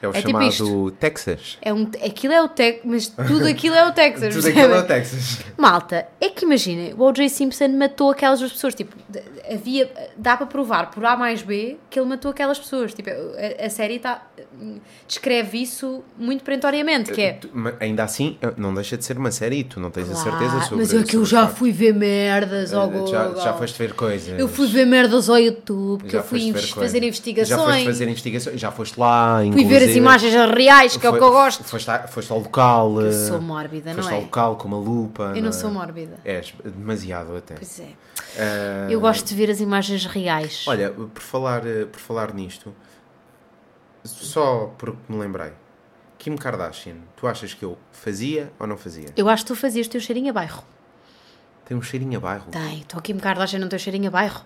Speaker 1: É o
Speaker 2: é tipo
Speaker 1: chamado
Speaker 2: isto.
Speaker 1: Texas.
Speaker 2: É um, aquilo é o Texas, mas tudo aquilo é o Texas.
Speaker 1: Tudo aquilo é
Speaker 2: percebem?
Speaker 1: o Texas.
Speaker 2: Malta, é que imaginem, o O.J. Simpson matou aquelas duas pessoas, tipo, d- havia, dá para provar por A mais B que ele matou aquelas pessoas, tipo, a, a série tá, descreve isso muito perentoriamente, que é...
Speaker 1: Tu- mas Ainda assim, eh, não deixa de ser uma série e tu não tens a certeza
Speaker 2: "Ah,
Speaker 1: sobre
Speaker 2: mas é que
Speaker 1: sobre
Speaker 2: eu já
Speaker 1: os
Speaker 2: fui ver merdas ao
Speaker 1: factos. Eh, Já,
Speaker 2: Google.
Speaker 1: já foste ver coisas.
Speaker 2: Eu fui ver merdas ao YouTube, que
Speaker 1: Já
Speaker 2: eu fui
Speaker 1: foste ver
Speaker 2: inves-
Speaker 1: coisas.
Speaker 2: fazer investigações,
Speaker 1: Já foste fazer investigações. Já foste lá,
Speaker 2: fui
Speaker 1: inclusive.
Speaker 2: ver as imagens reais, que é o que eu gosto.
Speaker 1: Foste, a- foste ao local.
Speaker 2: Eu
Speaker 1: eh,
Speaker 2: sou mórbida, não
Speaker 1: Foste
Speaker 2: é?
Speaker 1: ao local com uma lupa.
Speaker 2: Eu não sou
Speaker 1: é?
Speaker 2: mórbida.
Speaker 1: És demasiado até.
Speaker 2: Pois é.
Speaker 1: Eh,
Speaker 2: Eu gosto de ver as imagens reais.
Speaker 1: Olha, por falar, eh, por falar nisto, só porque me lembrei, Kim Kardashian, tu achas que eu fazia ou não fazia?
Speaker 2: Eu acho que tu fazias teu cheirinho a bairro.
Speaker 1: Tem um cheirinho a bairro.
Speaker 2: Tem, estou aqui um Kardashian não tem cheirinho a bairro.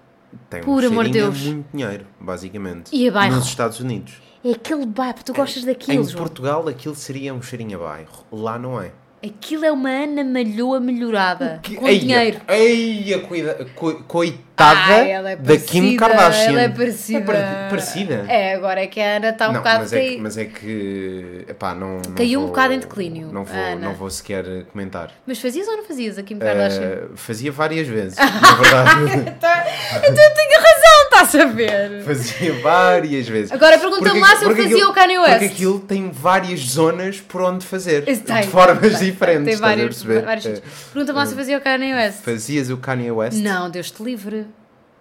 Speaker 1: Tem
Speaker 2: Por
Speaker 1: um
Speaker 2: amor de
Speaker 1: cheirinho a
Speaker 2: Deus.
Speaker 1: muito dinheiro, basicamente.
Speaker 2: E a bairro?
Speaker 1: Nos Estados Unidos.
Speaker 2: É aquele bairro, tu gostas daquilo,
Speaker 1: em
Speaker 2: João.
Speaker 1: Portugal, aquilo seria um cheirinho a bairro. Lá não é.
Speaker 2: Aquilo é uma Ana Malhoa melhorada. Com
Speaker 1: Eia,
Speaker 2: dinheiro.
Speaker 1: Eia, cuida- co- coitada
Speaker 2: Ai, ela é
Speaker 1: da Kim
Speaker 2: parecida,
Speaker 1: Kardashian.
Speaker 2: ela é parecida.
Speaker 1: É pare- parecida?
Speaker 2: É, agora é que a Ana está um
Speaker 1: não,
Speaker 2: bocado
Speaker 1: mas, é que,
Speaker 2: caí-
Speaker 1: mas é que. Epá, não, não
Speaker 2: Caiu um
Speaker 1: vou-
Speaker 2: bocado em declínio,
Speaker 1: Não vou,
Speaker 2: Ana.
Speaker 1: não vou sequer comentar.
Speaker 2: Mas fazias ou não fazias a Kim Kardashian?
Speaker 1: Eh, fazia várias vezes, na verdade.
Speaker 2: Tá- Então eu tenho razão, estás a ver?
Speaker 1: fazia várias vezes.
Speaker 2: Agora pergunta-me
Speaker 1: Porque-
Speaker 2: lá se eu
Speaker 1: porque
Speaker 2: fazia
Speaker 1: aquilo-
Speaker 2: o Kanye West.
Speaker 1: Porque aquilo tem várias zonas por onde fazer,
Speaker 2: Isso tem,
Speaker 1: de formas
Speaker 2: tem, tem,
Speaker 1: diferentes.
Speaker 2: Tem
Speaker 1: estás a
Speaker 2: vários,
Speaker 1: perceber?
Speaker 2: vários
Speaker 1: Eh,
Speaker 2: sítios. Pergunta-me lá se eu fazia o Kanye West.
Speaker 1: fazias o Kanye West?
Speaker 2: Não, Deus te livre.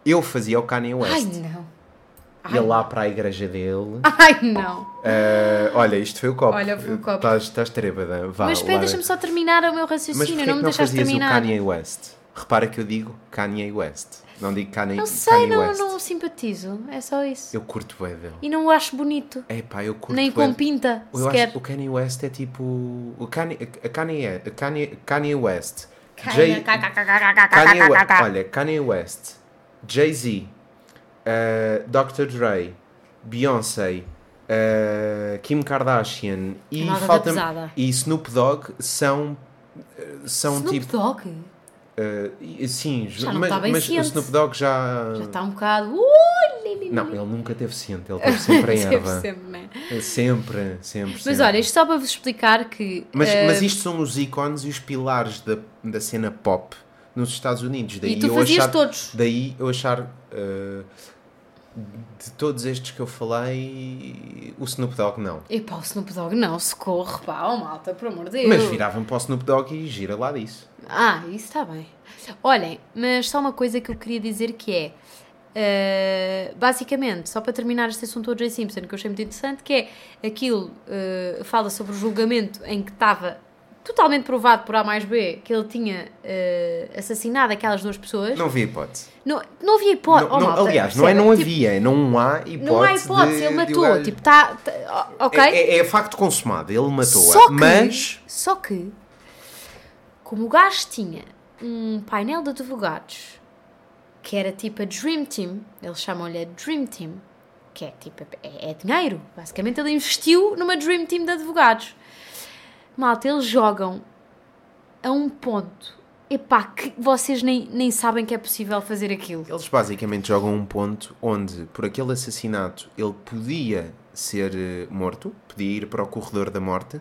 Speaker 1: Eu fazia o Kanye West.
Speaker 2: Ai, não. Ai,
Speaker 1: Ia lá para a igreja dele.
Speaker 2: Ai, não.
Speaker 1: Eh, olha, isto foi o copo.
Speaker 2: Olha, foi o copo.
Speaker 1: Estás, estás trêbada. Vá,
Speaker 2: Mas espera,
Speaker 1: Lara.
Speaker 2: deixa-me só terminar o meu
Speaker 1: Mas
Speaker 2: raciocínio,
Speaker 1: porquê
Speaker 2: não
Speaker 1: que
Speaker 2: me
Speaker 1: não
Speaker 2: deixaste
Speaker 1: fazias o
Speaker 2: terminar.
Speaker 1: Kanye West? Repara que eu digo Kanye West. Não digo Kanye,
Speaker 2: Não sei,
Speaker 1: Kanye
Speaker 2: não,
Speaker 1: West.
Speaker 2: não simpatizo. É só isso.
Speaker 1: Eu curto o dele.
Speaker 2: E não o acho bonito.
Speaker 1: É pá, eu curto
Speaker 2: Nem
Speaker 1: bué
Speaker 2: com pinta,
Speaker 1: Eu
Speaker 2: sequer.
Speaker 1: acho que o Kanye West é tipo. O Kanye, a Kanye, a Kanye, Kanye West.
Speaker 2: Kanye-
Speaker 1: Jay- Kanye West. Olha, Kanye West, Jay-Z, eh, Dr. Dre, Beyoncé, eh, Kim Kardashian
Speaker 2: É
Speaker 1: e,
Speaker 2: nada da
Speaker 1: falta
Speaker 2: pesada.
Speaker 1: e Snoop Dogg são. eh, São
Speaker 2: Snoop
Speaker 1: tipo.
Speaker 2: Dogg.
Speaker 1: eh, e- sim,
Speaker 2: Já não
Speaker 1: mas,
Speaker 2: tá bem
Speaker 1: mas o
Speaker 2: ciente.
Speaker 1: Snoop Dogg já.
Speaker 2: Já está um bocado. Ui, li, li, li.
Speaker 1: Hum. Não, ele nunca teve ciente, ele teve sempre em
Speaker 2: Sempre,
Speaker 1: erva.
Speaker 2: sempre, né?
Speaker 1: Sempre, sempre. sempre
Speaker 2: Mas olha, isto só para vos explicar que.
Speaker 1: Mas,
Speaker 2: eh,
Speaker 1: mas isto são os ícones e os pilares da, da cena pop nos Estados Unidos. Daí
Speaker 2: e tu
Speaker 1: eu
Speaker 2: fazias
Speaker 1: achar,
Speaker 2: todos.
Speaker 1: Daí eu achar, eh, de todos estes que eu falei, o Snoop Dogg não.
Speaker 2: E pá, o Snoop Dogg não, socorro, pá, oh, malta, por amor de Deus.
Speaker 1: Mas viravam para o Snoop Dogg e gira lá disso.
Speaker 2: Ah, isso está bem. Olhem, mas só uma coisa que eu queria dizer que é. eh, basicamente, só para terminar este assunto do O.J. Simpson, que eu achei muito interessante, que é aquilo eh, fala sobre o julgamento em que estava totalmente provado por A mais B que ele tinha eh, assassinado aquelas duas pessoas. Não,
Speaker 1: Não havia hipótese.
Speaker 2: não, havia hipótese.
Speaker 1: Não-
Speaker 2: Oh,
Speaker 1: não-
Speaker 2: malta,
Speaker 1: aliás, não é
Speaker 2: percebe?
Speaker 1: não
Speaker 2: Tipo,
Speaker 1: havia, é não há hipótese.
Speaker 2: Não há hipótese,
Speaker 1: de-
Speaker 2: ele
Speaker 1: de
Speaker 2: matou.
Speaker 1: o gajo-
Speaker 2: Tipo, tá, tá- ó, ok?
Speaker 1: É, é- é facto consumado, ele matou-a.
Speaker 2: Só que,
Speaker 1: Mas.
Speaker 2: só que, como o gajo tinha um painel de advogados que era tipo a Dream Team, eles chamam-lhe a Dream Team, que é tipo, é, é dinheiro. Basicamente, ele investiu numa Dream Team de advogados. Malta, eles jogam a um ponto. Epá, que vocês nem, nem sabem que é possível fazer aquilo.
Speaker 1: Eles basicamente jogam um ponto onde, por aquele assassinato, ele podia ser eh, morto, podia ir para o corredor da morte,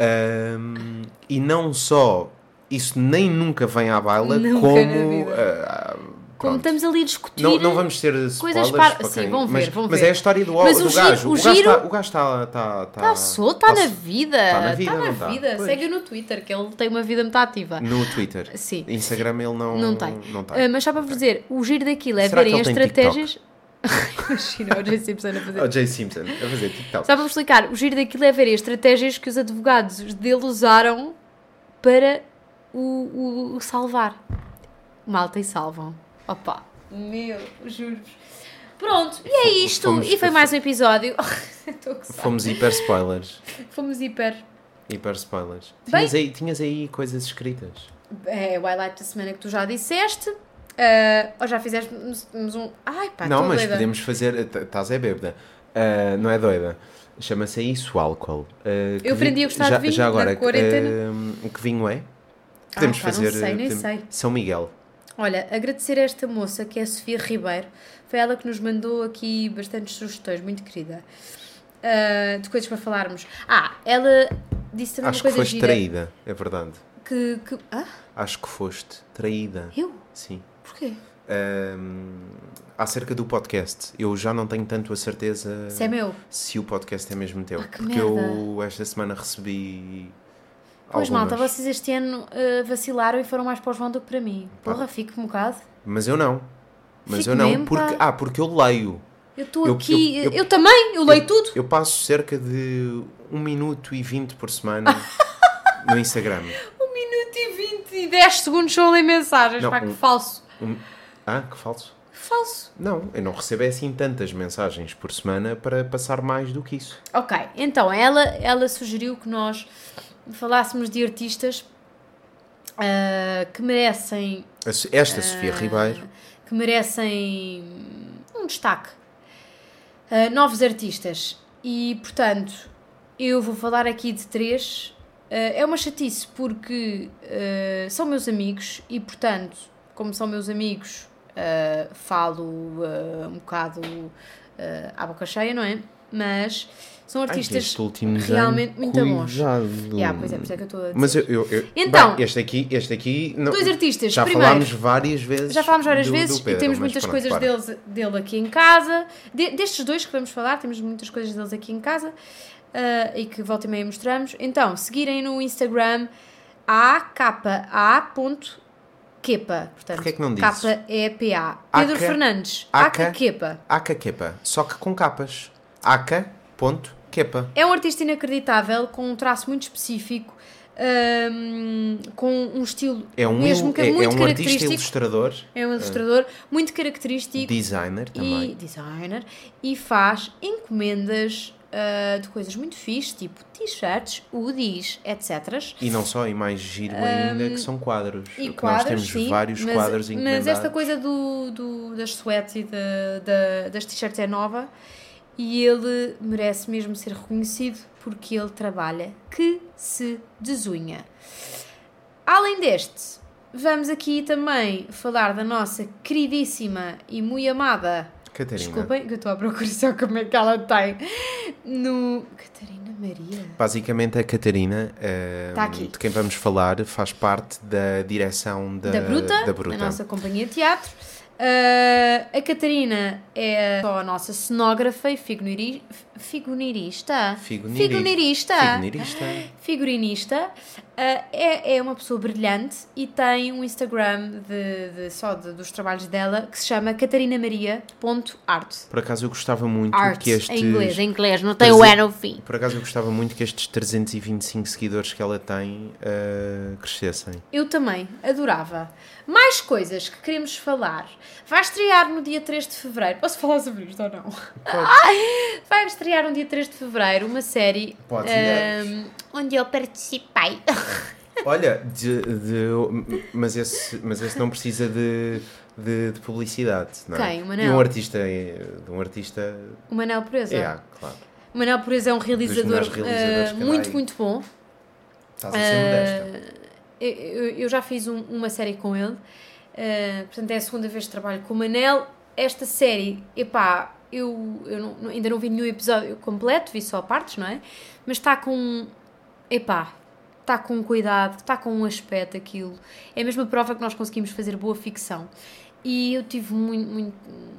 Speaker 1: Ahm, e não só isso nem nunca vem à baila,
Speaker 2: Nunca na
Speaker 1: como.
Speaker 2: vida.
Speaker 1: ah,
Speaker 2: Como
Speaker 1: pronto.
Speaker 2: estamos ali a discutir.
Speaker 1: não, não vamos ter spoilers
Speaker 2: para-
Speaker 1: para
Speaker 2: sim,
Speaker 1: quem-
Speaker 2: vão ver,
Speaker 1: mas,
Speaker 2: vão
Speaker 1: mas
Speaker 2: ver.
Speaker 1: é a história do,
Speaker 2: Mas
Speaker 1: do
Speaker 2: o giro-
Speaker 1: gajo.
Speaker 2: o
Speaker 1: O, gajo
Speaker 2: giro-
Speaker 1: está- o gagajo está. Está
Speaker 2: Está solto, está na vida.
Speaker 1: tá
Speaker 2: Está
Speaker 1: na
Speaker 2: na
Speaker 1: vida,
Speaker 2: vida.
Speaker 1: não tá? Pois.
Speaker 2: Segue no Twitter, que ele tem uma vida muito ativa.
Speaker 1: No Twitter.
Speaker 2: Sim.
Speaker 1: Instagram ele não,
Speaker 2: Não tem.
Speaker 1: Não tem.
Speaker 2: Ah, mas só para vos dizer, o giro daquilo é
Speaker 1: Será que
Speaker 2: verem
Speaker 1: ele
Speaker 2: as
Speaker 1: tem
Speaker 2: estratégias. Imagina o Jay Simpson a fazer.
Speaker 1: Oh, Jay Simpson, a fazer TikTok.
Speaker 2: Só para vos explicar, o giro daquilo é verem as estratégias que os advogados dele usaram para o, o- o salvar. Malta e salvam. Opa, meu, juro-vos. Pronto, e é isto.
Speaker 1: Fomos-
Speaker 2: e foi mais um episódio. Estou a gozar.
Speaker 1: Fomos hiper spoilers.
Speaker 2: Fomos hiper.
Speaker 1: Hiper spoilers.
Speaker 2: Bem-
Speaker 1: Tinhas, aí, tinhas aí coisas escritas.
Speaker 2: É o highlight da semana que tu já disseste. Ah, ou já fizeste um. Ai, pá,
Speaker 1: não,
Speaker 2: tô
Speaker 1: mas
Speaker 2: doida.
Speaker 1: podemos fazer. Estás é bêbada. Ah, não é doida. Chama-se isso álcool. Ah, que
Speaker 2: Eu aprendi
Speaker 1: vi-
Speaker 2: a gostar de vinho na quarentena. Ah,
Speaker 1: ah, eh, que vinho é? Podemos
Speaker 2: pá, não
Speaker 1: fazer.
Speaker 2: sei, nem
Speaker 1: podemos-
Speaker 2: sei.
Speaker 1: São Miguel.
Speaker 2: Olha, agradecer a esta moça que é a Sofia Ribeiro. Foi ela que nos mandou aqui bastantes sugestões, muito querida. Ah, de coisas para falarmos. Ah, ela disse também
Speaker 1: Acho que
Speaker 2: uma coisa
Speaker 1: foste
Speaker 2: gira.
Speaker 1: traída, é verdade.
Speaker 2: Que, que- Ah,
Speaker 1: Acho que foste traída.
Speaker 2: eu?
Speaker 1: Sim.
Speaker 2: Porquê?
Speaker 1: Eh, Ah, acerca do podcast, eu já não tenho tanto a certeza
Speaker 2: Se é meu.
Speaker 1: se o podcast é mesmo teu.
Speaker 2: Ah, que
Speaker 1: porque eu esta semana recebi.
Speaker 2: Pois
Speaker 1: algumas.
Speaker 2: malta, vocês este ano ah, vacilaram e foram mais para o João do que para mim. Porra, fico um bocado.
Speaker 1: Mas eu não. Mas
Speaker 2: Fico
Speaker 1: eu não.
Speaker 2: mesmo,
Speaker 1: Porque,
Speaker 2: pá.
Speaker 1: ah, porque eu leio.
Speaker 2: Eu estou
Speaker 1: Eu-
Speaker 2: aqui.
Speaker 1: eu-
Speaker 2: Eu,
Speaker 1: eu-
Speaker 2: também, eu leio tudo.
Speaker 1: Eu passo cerca de 1 minuto e 20 por semana no Instagram.
Speaker 2: Um minuto e 20 e 10 segundos só ler mensagens.
Speaker 1: Não,
Speaker 2: Pá, que
Speaker 1: um-
Speaker 2: falso.
Speaker 1: Um- Ah, que falso.
Speaker 2: Falso.
Speaker 1: Não, eu não recebo assim tantas mensagens por semana para passar mais do que isso.
Speaker 2: Ok, então ela, ela sugeriu que nós falássemos de artistas ah, que merecem
Speaker 1: A Su- Esta
Speaker 2: Ah,
Speaker 1: Sofia Ribeiro.
Speaker 2: que merecem um destaque. Ah, novos artistas. E, portanto, eu vou falar aqui de três. Ah, é uma chatice porque ah, são meus amigos e, portanto, como são meus amigos, ah, falo ah, um bocado ah, à boca cheia, não é? Mas são
Speaker 1: Ai,
Speaker 2: artistas
Speaker 1: este último desenho,
Speaker 2: é realmente muito bons.
Speaker 1: cuidado.
Speaker 2: Yeah, pois é, por isso é que eu estou a dizer.
Speaker 1: Mas eu. eu- eu-
Speaker 2: Então.
Speaker 1: bem, este aqui. Este aqui não-
Speaker 2: Dois artistas.
Speaker 1: Já
Speaker 2: Primeiro,
Speaker 1: falámos várias vezes.
Speaker 2: Já falámos várias
Speaker 1: do- do
Speaker 2: vezes
Speaker 1: Pedro,
Speaker 2: e temos
Speaker 1: mas
Speaker 2: muitas
Speaker 1: pronto,
Speaker 2: coisas
Speaker 1: para.
Speaker 2: deles, dele aqui em casa. De- destes dois que vamos falar, temos muitas coisas deles aqui em casa ah, e que volta e meia mostramos. Então, seguirem no Instagram a.k.a.kepa. Portanto,
Speaker 1: Porquê é que não dizes?
Speaker 2: K-E-P-A. Pedro
Speaker 1: Aca-
Speaker 2: Fernandes.
Speaker 1: Aca-
Speaker 2: A.K.Kepa.
Speaker 1: Aka Kepa, só que com capas. Aka.kepa.
Speaker 2: É um artista inacreditável, com um traço muito específico. ah, hum, com um estilo
Speaker 1: É um,
Speaker 2: mesmo
Speaker 1: il-
Speaker 2: que
Speaker 1: é, é
Speaker 2: muito
Speaker 1: um artista
Speaker 2: característico.
Speaker 1: ilustrador,
Speaker 2: é um ilustrador muito característico
Speaker 1: designer
Speaker 2: e
Speaker 1: também.
Speaker 2: designer e faz encomendas ah, de coisas muito fixe, tipo t-shirts, hoodies, etc.
Speaker 1: E não só, e mais giro ainda, que são quadros.
Speaker 2: Hum, E
Speaker 1: que
Speaker 2: quadros,
Speaker 1: nós temos
Speaker 2: sim,
Speaker 1: vários
Speaker 2: mas,
Speaker 1: quadros encomendados.
Speaker 2: Mas esta coisa do, do- das sweats e da- da- das t-shirts é nova e ele merece mesmo ser reconhecido porque ele trabalha que se desunha. Além deste, vamos aqui também falar da nossa queridíssima e muito amada.
Speaker 1: Catarina,
Speaker 2: Desculpem, que eu estou a procurar só como é que ela tem. No. Catarina Maria.
Speaker 1: basicamente a Catarina, eh,
Speaker 2: Tá aqui.
Speaker 1: de quem vamos falar, faz parte da direção da,
Speaker 2: da Bruta,
Speaker 1: da Bruta.
Speaker 2: da nossa companhia de teatro. Ah, a Catarina é só a nossa cenógrafa e figuriri- figurinista.
Speaker 1: Figuriri-
Speaker 2: Figurinista.
Speaker 1: Figurinista.
Speaker 2: Figurinista. Ah, é, é uma pessoa brilhante e tem um Instagram de, de- só de- dos trabalhos dela que se chama catarinamaria.art.
Speaker 1: Por acaso eu gostava muito
Speaker 2: Art,
Speaker 1: que estes... é.
Speaker 3: Em inglês, em inglês, não tem o
Speaker 1: Presen-
Speaker 3: E no fim.
Speaker 1: Por acaso eu gostava muito que estes 325 seguidores que ela tem eh, crescessem.
Speaker 2: Eu também, adorava. Mais coisas que queremos falar. Vai estrear no dia 3 de fevereiro. Posso falar sobre isto ou não? Vai estrear no dia 3 de fevereiro uma série
Speaker 1: Podes
Speaker 2: eh,
Speaker 3: Onde eu participei.
Speaker 1: Olha, de- de- mas, esse, mas esse não precisa de, de, de publicidade, não é?
Speaker 2: Quem? O Manel?
Speaker 1: De um artista, eh, de um artista,
Speaker 2: o Manel Pureza.
Speaker 1: yeah, claro.
Speaker 2: O Manel Pureza é um realizador
Speaker 1: É. melhores realizadores
Speaker 2: eh,
Speaker 1: que há
Speaker 2: muito,
Speaker 1: aí.
Speaker 2: muito bom.
Speaker 1: Estás a
Speaker 3: Eh,
Speaker 1: ser modesta.
Speaker 2: Eu, eu- eu já fiz um- uma série com ele, eh, portanto é a segunda vez que trabalho com o Manel. Esta série, epá, eu, eu não- não- ainda não vi nenhum episódio completo, vi só partes, não é? Mas está com. Epá, está com cuidado, está com um aspecto aquilo. É a mesma prova que nós conseguimos fazer boa ficção. E eu tive muito, muito,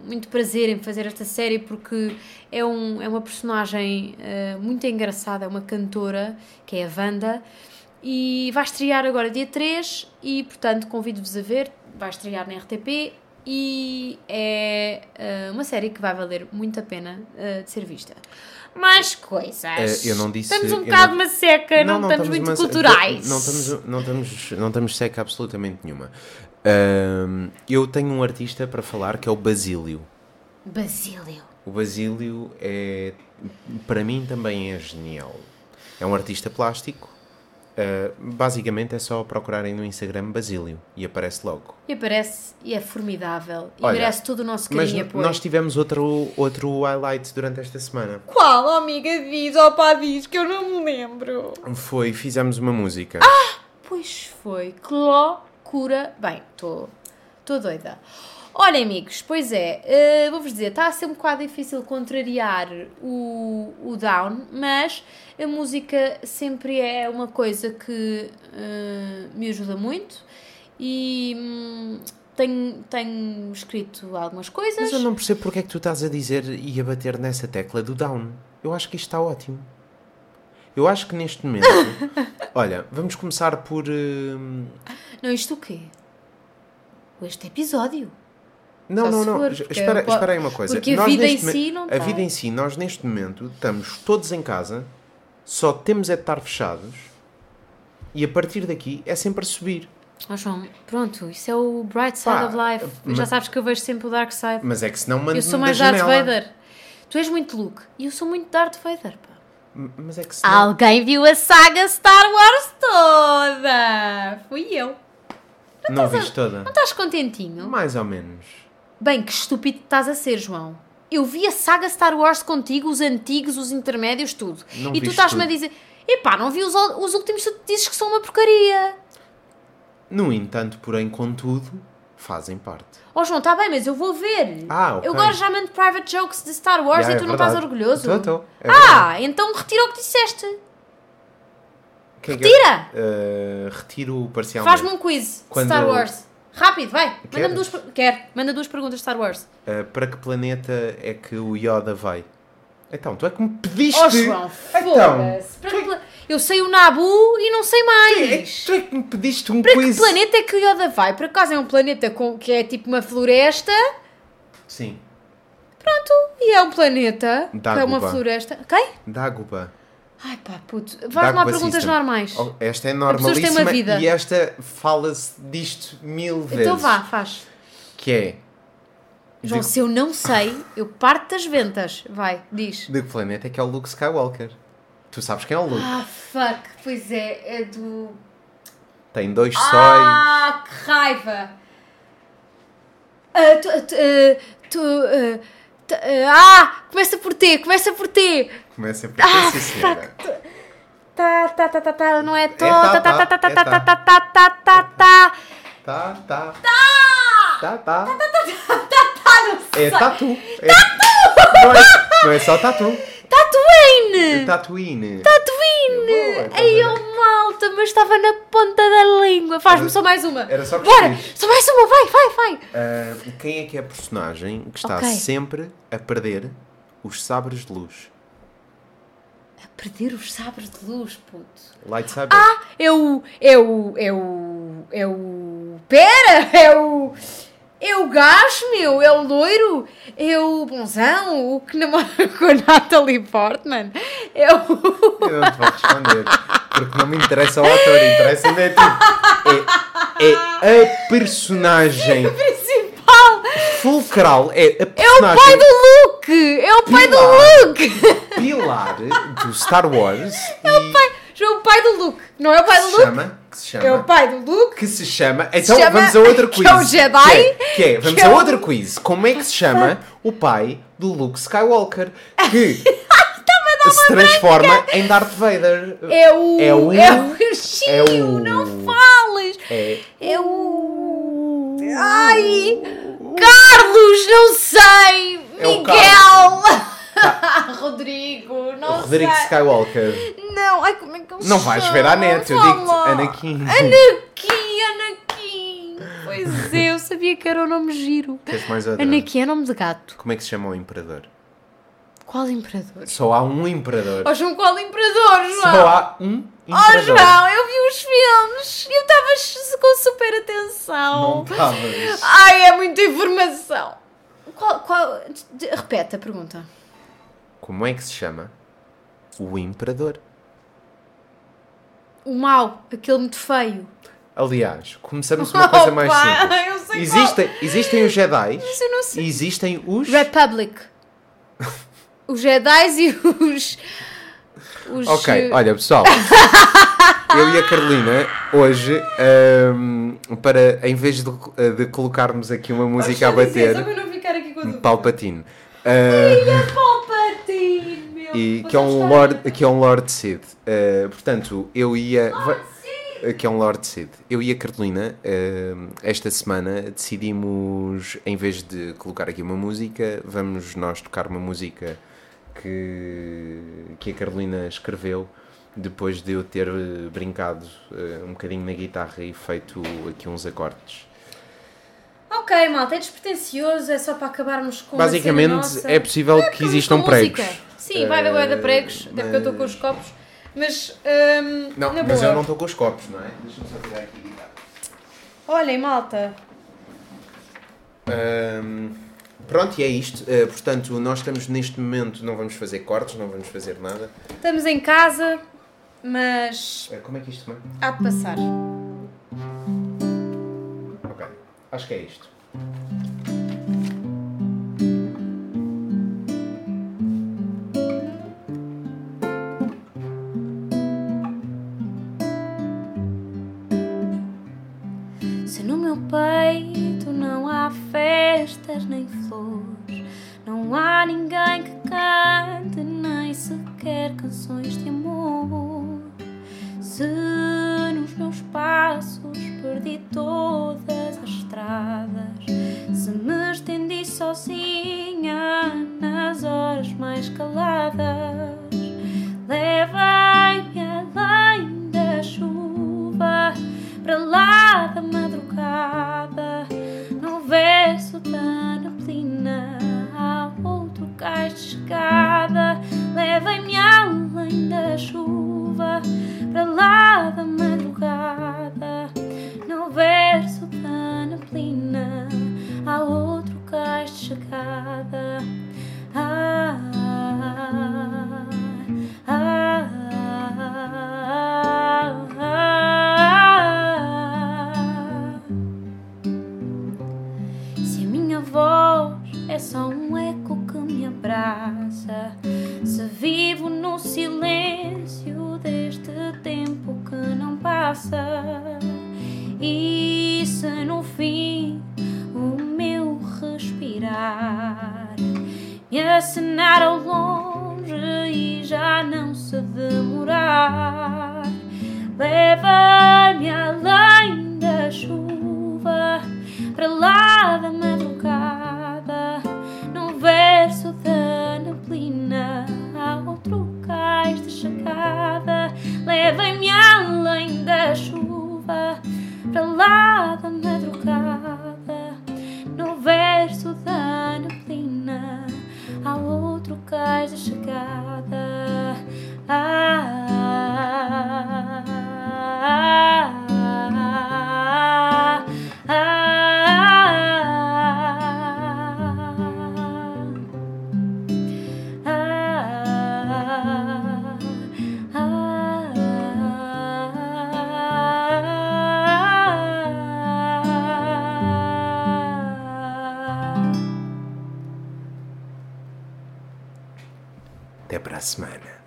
Speaker 2: muito prazer em fazer esta série porque é, um, é uma personagem eh, muito engraçada, é uma cantora, que é a Wanda, e vai estrear agora dia 3 e, portanto, convido-vos a ver, vai estrear na RTP e é eh, uma série que vai valer muito a pena eh, de ser vista.
Speaker 3: Mais coisas.
Speaker 1: Eh, eu não disse-
Speaker 3: Estamos um
Speaker 1: eu
Speaker 3: bocado
Speaker 1: não-
Speaker 3: uma seca, não, estamos, muito
Speaker 1: uma-
Speaker 3: culturais.
Speaker 1: Não estamos, não, estamos, não estamos seca absolutamente nenhuma. Ahm, eu tenho um artista para falar que é o Basílio.
Speaker 3: Basílio.
Speaker 1: O Basílio é, para mim, também é genial. É um artista plástico. Ah, basicamente é só procurarem no Instagram Basílio e aparece logo.
Speaker 2: E aparece e é formidável e
Speaker 1: Olha,
Speaker 2: merece todo o nosso
Speaker 1: Mas
Speaker 2: carinho e apoio.
Speaker 1: nós tivemos outro, outro highlight durante esta semana.
Speaker 3: Qual? Oh, amiga, diz, oh pá, diz, que eu não me lembro.
Speaker 1: Foi, fizemos uma música.
Speaker 2: Pois foi, que loucura. Bem, estou doida. Olha, amigos, pois é, eh, vou-vos dizer, está a ser um bocado difícil contrariar o, o down, mas a música sempre é uma coisa que eh, me ajuda muito e hum, tenho, tenho escrito algumas coisas.
Speaker 1: Mas eu não percebo porque é que tu estás a dizer e a bater nessa tecla do down. Eu acho que isto está ótimo. Eu acho que neste momento. olha, vamos começar por. hum,
Speaker 2: Não, isto o quê? Este episódio.
Speaker 1: Não,
Speaker 2: Só
Speaker 1: não,
Speaker 2: se
Speaker 1: não.
Speaker 2: for,
Speaker 1: es-
Speaker 2: porque
Speaker 1: espera,
Speaker 2: eu po-
Speaker 1: espera aí uma coisa.
Speaker 2: porque a vida
Speaker 1: neste
Speaker 2: em
Speaker 1: mo-
Speaker 2: si não
Speaker 1: A
Speaker 2: tem.
Speaker 1: vida em si, nós neste momento estamos todos em casa, só temos é de estar fechados e a partir daqui é sempre a subir.
Speaker 2: Ah, João, pronto, isso é o bright side
Speaker 1: Pá,
Speaker 2: of life.
Speaker 1: mas-
Speaker 2: Já sabes que eu vejo sempre o dark side.
Speaker 1: Mas é que senão mando
Speaker 2: Eu sou mais
Speaker 1: da
Speaker 2: Darth
Speaker 1: janela.
Speaker 2: Vader. Tu és muito Luke e eu sou muito Darth Vader, pá.
Speaker 1: M- Mas é que senão...
Speaker 3: Alguém viu a saga Star Wars toda?
Speaker 2: Fui eu.
Speaker 1: não viste toda?
Speaker 2: Não estás contentinho?
Speaker 1: Mais ou menos.
Speaker 2: Bem, que estúpido estás a ser, João. Eu vi a saga Star Wars contigo, os antigos, os intermédios, tudo.
Speaker 1: Não
Speaker 2: e tu
Speaker 1: viste
Speaker 2: estás-me a
Speaker 1: tudo.
Speaker 2: dizer: epá, não vi os, os últimos, tu dizes que são uma porcaria.
Speaker 1: No entanto, porém, contudo, fazem parte.
Speaker 2: Ó "Oh, João, está bem, mas eu vou ver.
Speaker 1: Ah, ok.
Speaker 2: Eu agora já mando private jokes de Star Wars
Speaker 1: Já,
Speaker 2: e
Speaker 1: é
Speaker 2: tu não estás
Speaker 1: verdade. Tô,
Speaker 2: orgulhoso.
Speaker 1: tô. É
Speaker 2: ah, então retira o que disseste.
Speaker 1: Quem é que-
Speaker 2: Retira!
Speaker 1: Eh, retiro parcialmente.
Speaker 2: Faz-me um quiz de
Speaker 1: Quando-
Speaker 2: Star Wars. Rápido, vai. Manda-me
Speaker 1: Queres?
Speaker 2: duas, per- quer. Manda duas perguntas de Star Wars.
Speaker 1: Eh, para que planeta é que o Yoda vai? Então, tu é então, que me pediste.
Speaker 2: Oh, João, foda-se. Para que pla- Eu sei o Nabu e não sei
Speaker 1: É
Speaker 2: mais.
Speaker 1: que tu é que me pediste um
Speaker 2: Para que
Speaker 1: quiz.
Speaker 2: planeta é que o Yoda vai? Por acaso é um planeta com- que é tipo uma floresta
Speaker 1: Sim,
Speaker 2: e é um planeta que é uma
Speaker 1: Dagobah.
Speaker 2: floresta. Quem?
Speaker 1: Dagoba.
Speaker 2: Ai pá, puto. Vamos lá
Speaker 1: Dagua
Speaker 2: perguntas
Speaker 1: System.
Speaker 2: normais.
Speaker 1: Oh, Esta é
Speaker 2: pessoas têm uma
Speaker 1: normalíssima
Speaker 2: vida.
Speaker 1: e esta fala-se disto mil vezes.
Speaker 2: Então vá, faz.
Speaker 1: Que é,
Speaker 2: João,
Speaker 1: Digo-
Speaker 2: se eu não sei, eu parto das ventas. Vai, diz.
Speaker 1: de que planeta é que é o Luke Skywalker? Tu sabes quem é o Luke?
Speaker 2: Ah, fuck. Pois é, é do...
Speaker 1: Tem dois sóis.
Speaker 2: Ah, que raiva! Ah, tu. tu, ah, tu, ah, tu, ah, começa por T, começa por T!
Speaker 1: Começa por ah, sim, senhora.
Speaker 2: Tá, tá, tá, tá, tá, não é to, tá,
Speaker 1: tá,
Speaker 2: tá, tá,
Speaker 1: tá,
Speaker 2: tá, tá,
Speaker 1: é
Speaker 2: tá,
Speaker 1: tá.
Speaker 2: tá, tá, tá, tá, tá.
Speaker 1: Tá, tá. Tá! Tá, tá. Tá, tá, É tatu. É... Não, é, não é só tatu.
Speaker 2: Tá,
Speaker 1: É
Speaker 2: Tatooine!
Speaker 1: Tatuíne.
Speaker 2: Tatooine!
Speaker 1: Boa,
Speaker 2: Aí,
Speaker 1: tá
Speaker 2: oh malta, mas estava na ponta da língua. Faz-me só mais uma.
Speaker 1: Era só que
Speaker 2: Bora,
Speaker 1: fiz.
Speaker 2: só mais uma, vai, vai, vai.
Speaker 1: Ah, quem é que é a personagem que está
Speaker 2: Ok.
Speaker 1: sempre a perder os sabres de luz?
Speaker 2: A perder os sabres de luz, puto.
Speaker 1: Lightsaber.
Speaker 2: É o. É o. É o. É o. Pera! É o. É o gás, meu! É o loiro! É o bonzão! O que namora com a Natalie Portman! É o.
Speaker 1: Eu não te vou responder. Porque não me interessa o autor, interessa-me é tu. É, é a personagem
Speaker 2: Principal!
Speaker 1: fulcral. É a
Speaker 2: É o
Speaker 1: personagem
Speaker 2: pai do Luke! É o pai do
Speaker 1: Pilar.
Speaker 2: Luke!
Speaker 1: pilar do Star Wars. É o
Speaker 2: João, o pai do Luke! Não é o pai do
Speaker 1: se
Speaker 2: Luke?
Speaker 1: chama, que se chama.
Speaker 2: É o pai do Luke!
Speaker 1: Que se chama. Então
Speaker 2: chama-
Speaker 1: vamos a outra
Speaker 2: que
Speaker 1: quiz.
Speaker 2: é o Jedi,
Speaker 1: Que é, que é, vamos
Speaker 2: que é
Speaker 1: a
Speaker 2: o-
Speaker 1: outra quiz. Como é que se chama o pai do Luke Skywalker? Que se transforma em Darth Vader.
Speaker 2: É o.
Speaker 1: É o.
Speaker 2: É o. Chiu,
Speaker 1: é o-
Speaker 2: não fales!
Speaker 1: É-
Speaker 2: É o. Ai! Carlos, não sei!
Speaker 1: É o Tá.
Speaker 2: Miguel! Rodrigo, não
Speaker 1: Rodrigo
Speaker 2: sei!
Speaker 1: Skywalker.
Speaker 2: Não, ai, como é que eu
Speaker 1: Não vais ver à net, eu digo-te Anakin.
Speaker 2: Anakin, Anakin! Pois é, eu sabia que era o nome giro.
Speaker 1: Queres mais outra?
Speaker 2: Anakin é nome de gato.
Speaker 1: Como é que se chama o imperador?
Speaker 2: Qual imperador?
Speaker 1: Só há um imperador.
Speaker 2: Oh, João, qual imperador, João?
Speaker 1: Só há um
Speaker 2: Oh,
Speaker 1: imperador.
Speaker 2: João, eu vi os filmes! Eu estava com super atenção!
Speaker 1: Não estavas.
Speaker 2: Ai, é muita informação. Qual, qual, de- repete a pergunta.
Speaker 1: Como é que se chama o imperador?
Speaker 2: O mau, aquele muito feio.
Speaker 1: Aliás, começamos uma coisa mais
Speaker 2: Opa,
Speaker 1: simples.
Speaker 2: eu Oh, sei
Speaker 1: Existem, existem os Jedi
Speaker 2: Mas eu não sei.
Speaker 1: e existem os.
Speaker 2: Republic. Os Jedi e os... os
Speaker 1: Ok,
Speaker 2: eh,
Speaker 1: olha pessoal, eu e a Carolina hoje, ahm, para em vez de, de colocarmos aqui uma música a
Speaker 2: só dizer,
Speaker 1: bater,
Speaker 2: Só
Speaker 1: Um
Speaker 2: para eu não ficar aqui com a dúvida.
Speaker 1: Palpatine, ah,
Speaker 2: Palpatine, meu.
Speaker 1: e
Speaker 2: Vocês
Speaker 1: que é um
Speaker 2: sabem-
Speaker 1: Lord, que é um Lord Sid. Ah, portanto, eu ia que é um Lord Sid. Eu e a Carolina, ahm, esta semana decidimos, em vez de colocar aqui uma música, vamos nós tocar uma música que, que a Carolina escreveu depois de eu ter eh, brincado eh, um bocadinho na guitarra e feito aqui uns acordes.
Speaker 2: Ok, malta, é despretensioso, é só para acabarmos com uma cena
Speaker 1: Basicamente,
Speaker 2: nossa.
Speaker 1: é possível que
Speaker 2: Acabamos
Speaker 1: existam
Speaker 2: com a música.
Speaker 1: pregos.
Speaker 2: Sim, vai haver bué de
Speaker 1: Eh,
Speaker 2: pregos, até porque eu estou com os copos. Mas, ehm,
Speaker 1: Não,
Speaker 2: na
Speaker 1: mas
Speaker 2: boa.
Speaker 1: eu não estou com os copos, não é? Deixa-me só tirar aqui a guitarra.
Speaker 2: Olhem, malta.
Speaker 1: Ahm, pronto, e é isto. Ah, portanto, nós estamos neste momento, não vamos fazer cortes, não vamos fazer nada.
Speaker 2: Estamos em casa, mas
Speaker 1: Ah, como é que isto vai?
Speaker 2: há de passar.
Speaker 1: Ok, acho que é isto.
Speaker 3: Se no meu peito não há festas nem flores, não há ninguém que cante nem sequer canções de amor. Se nos meus passos perdi todas as estradas, se me estendi sozinha nas horas mais caladas, levei-me além da chuva para lá da madrugada. No verso da neblina há outro cais de chegada. Levem-me além da chuva para lá da madrugada. No verso da neblina há outro cais de chegada. Ah, ah, ah, ah, ah,
Speaker 2: um eco que me abraça. Se vivo no silêncio deste tempo que não passa. E se no fim o meu respirar me acenar ao longe e já não se demorar. Leva-me além da chuva, para lá da madrugada, no verso da neblina, há outro cais de chegada. Leva-me além da chuva, para lá da madrugada, no verso da neblina, há outro cais de chegada. Ah, ah, ah, ah, ah, ah.
Speaker 1: Até para a semana.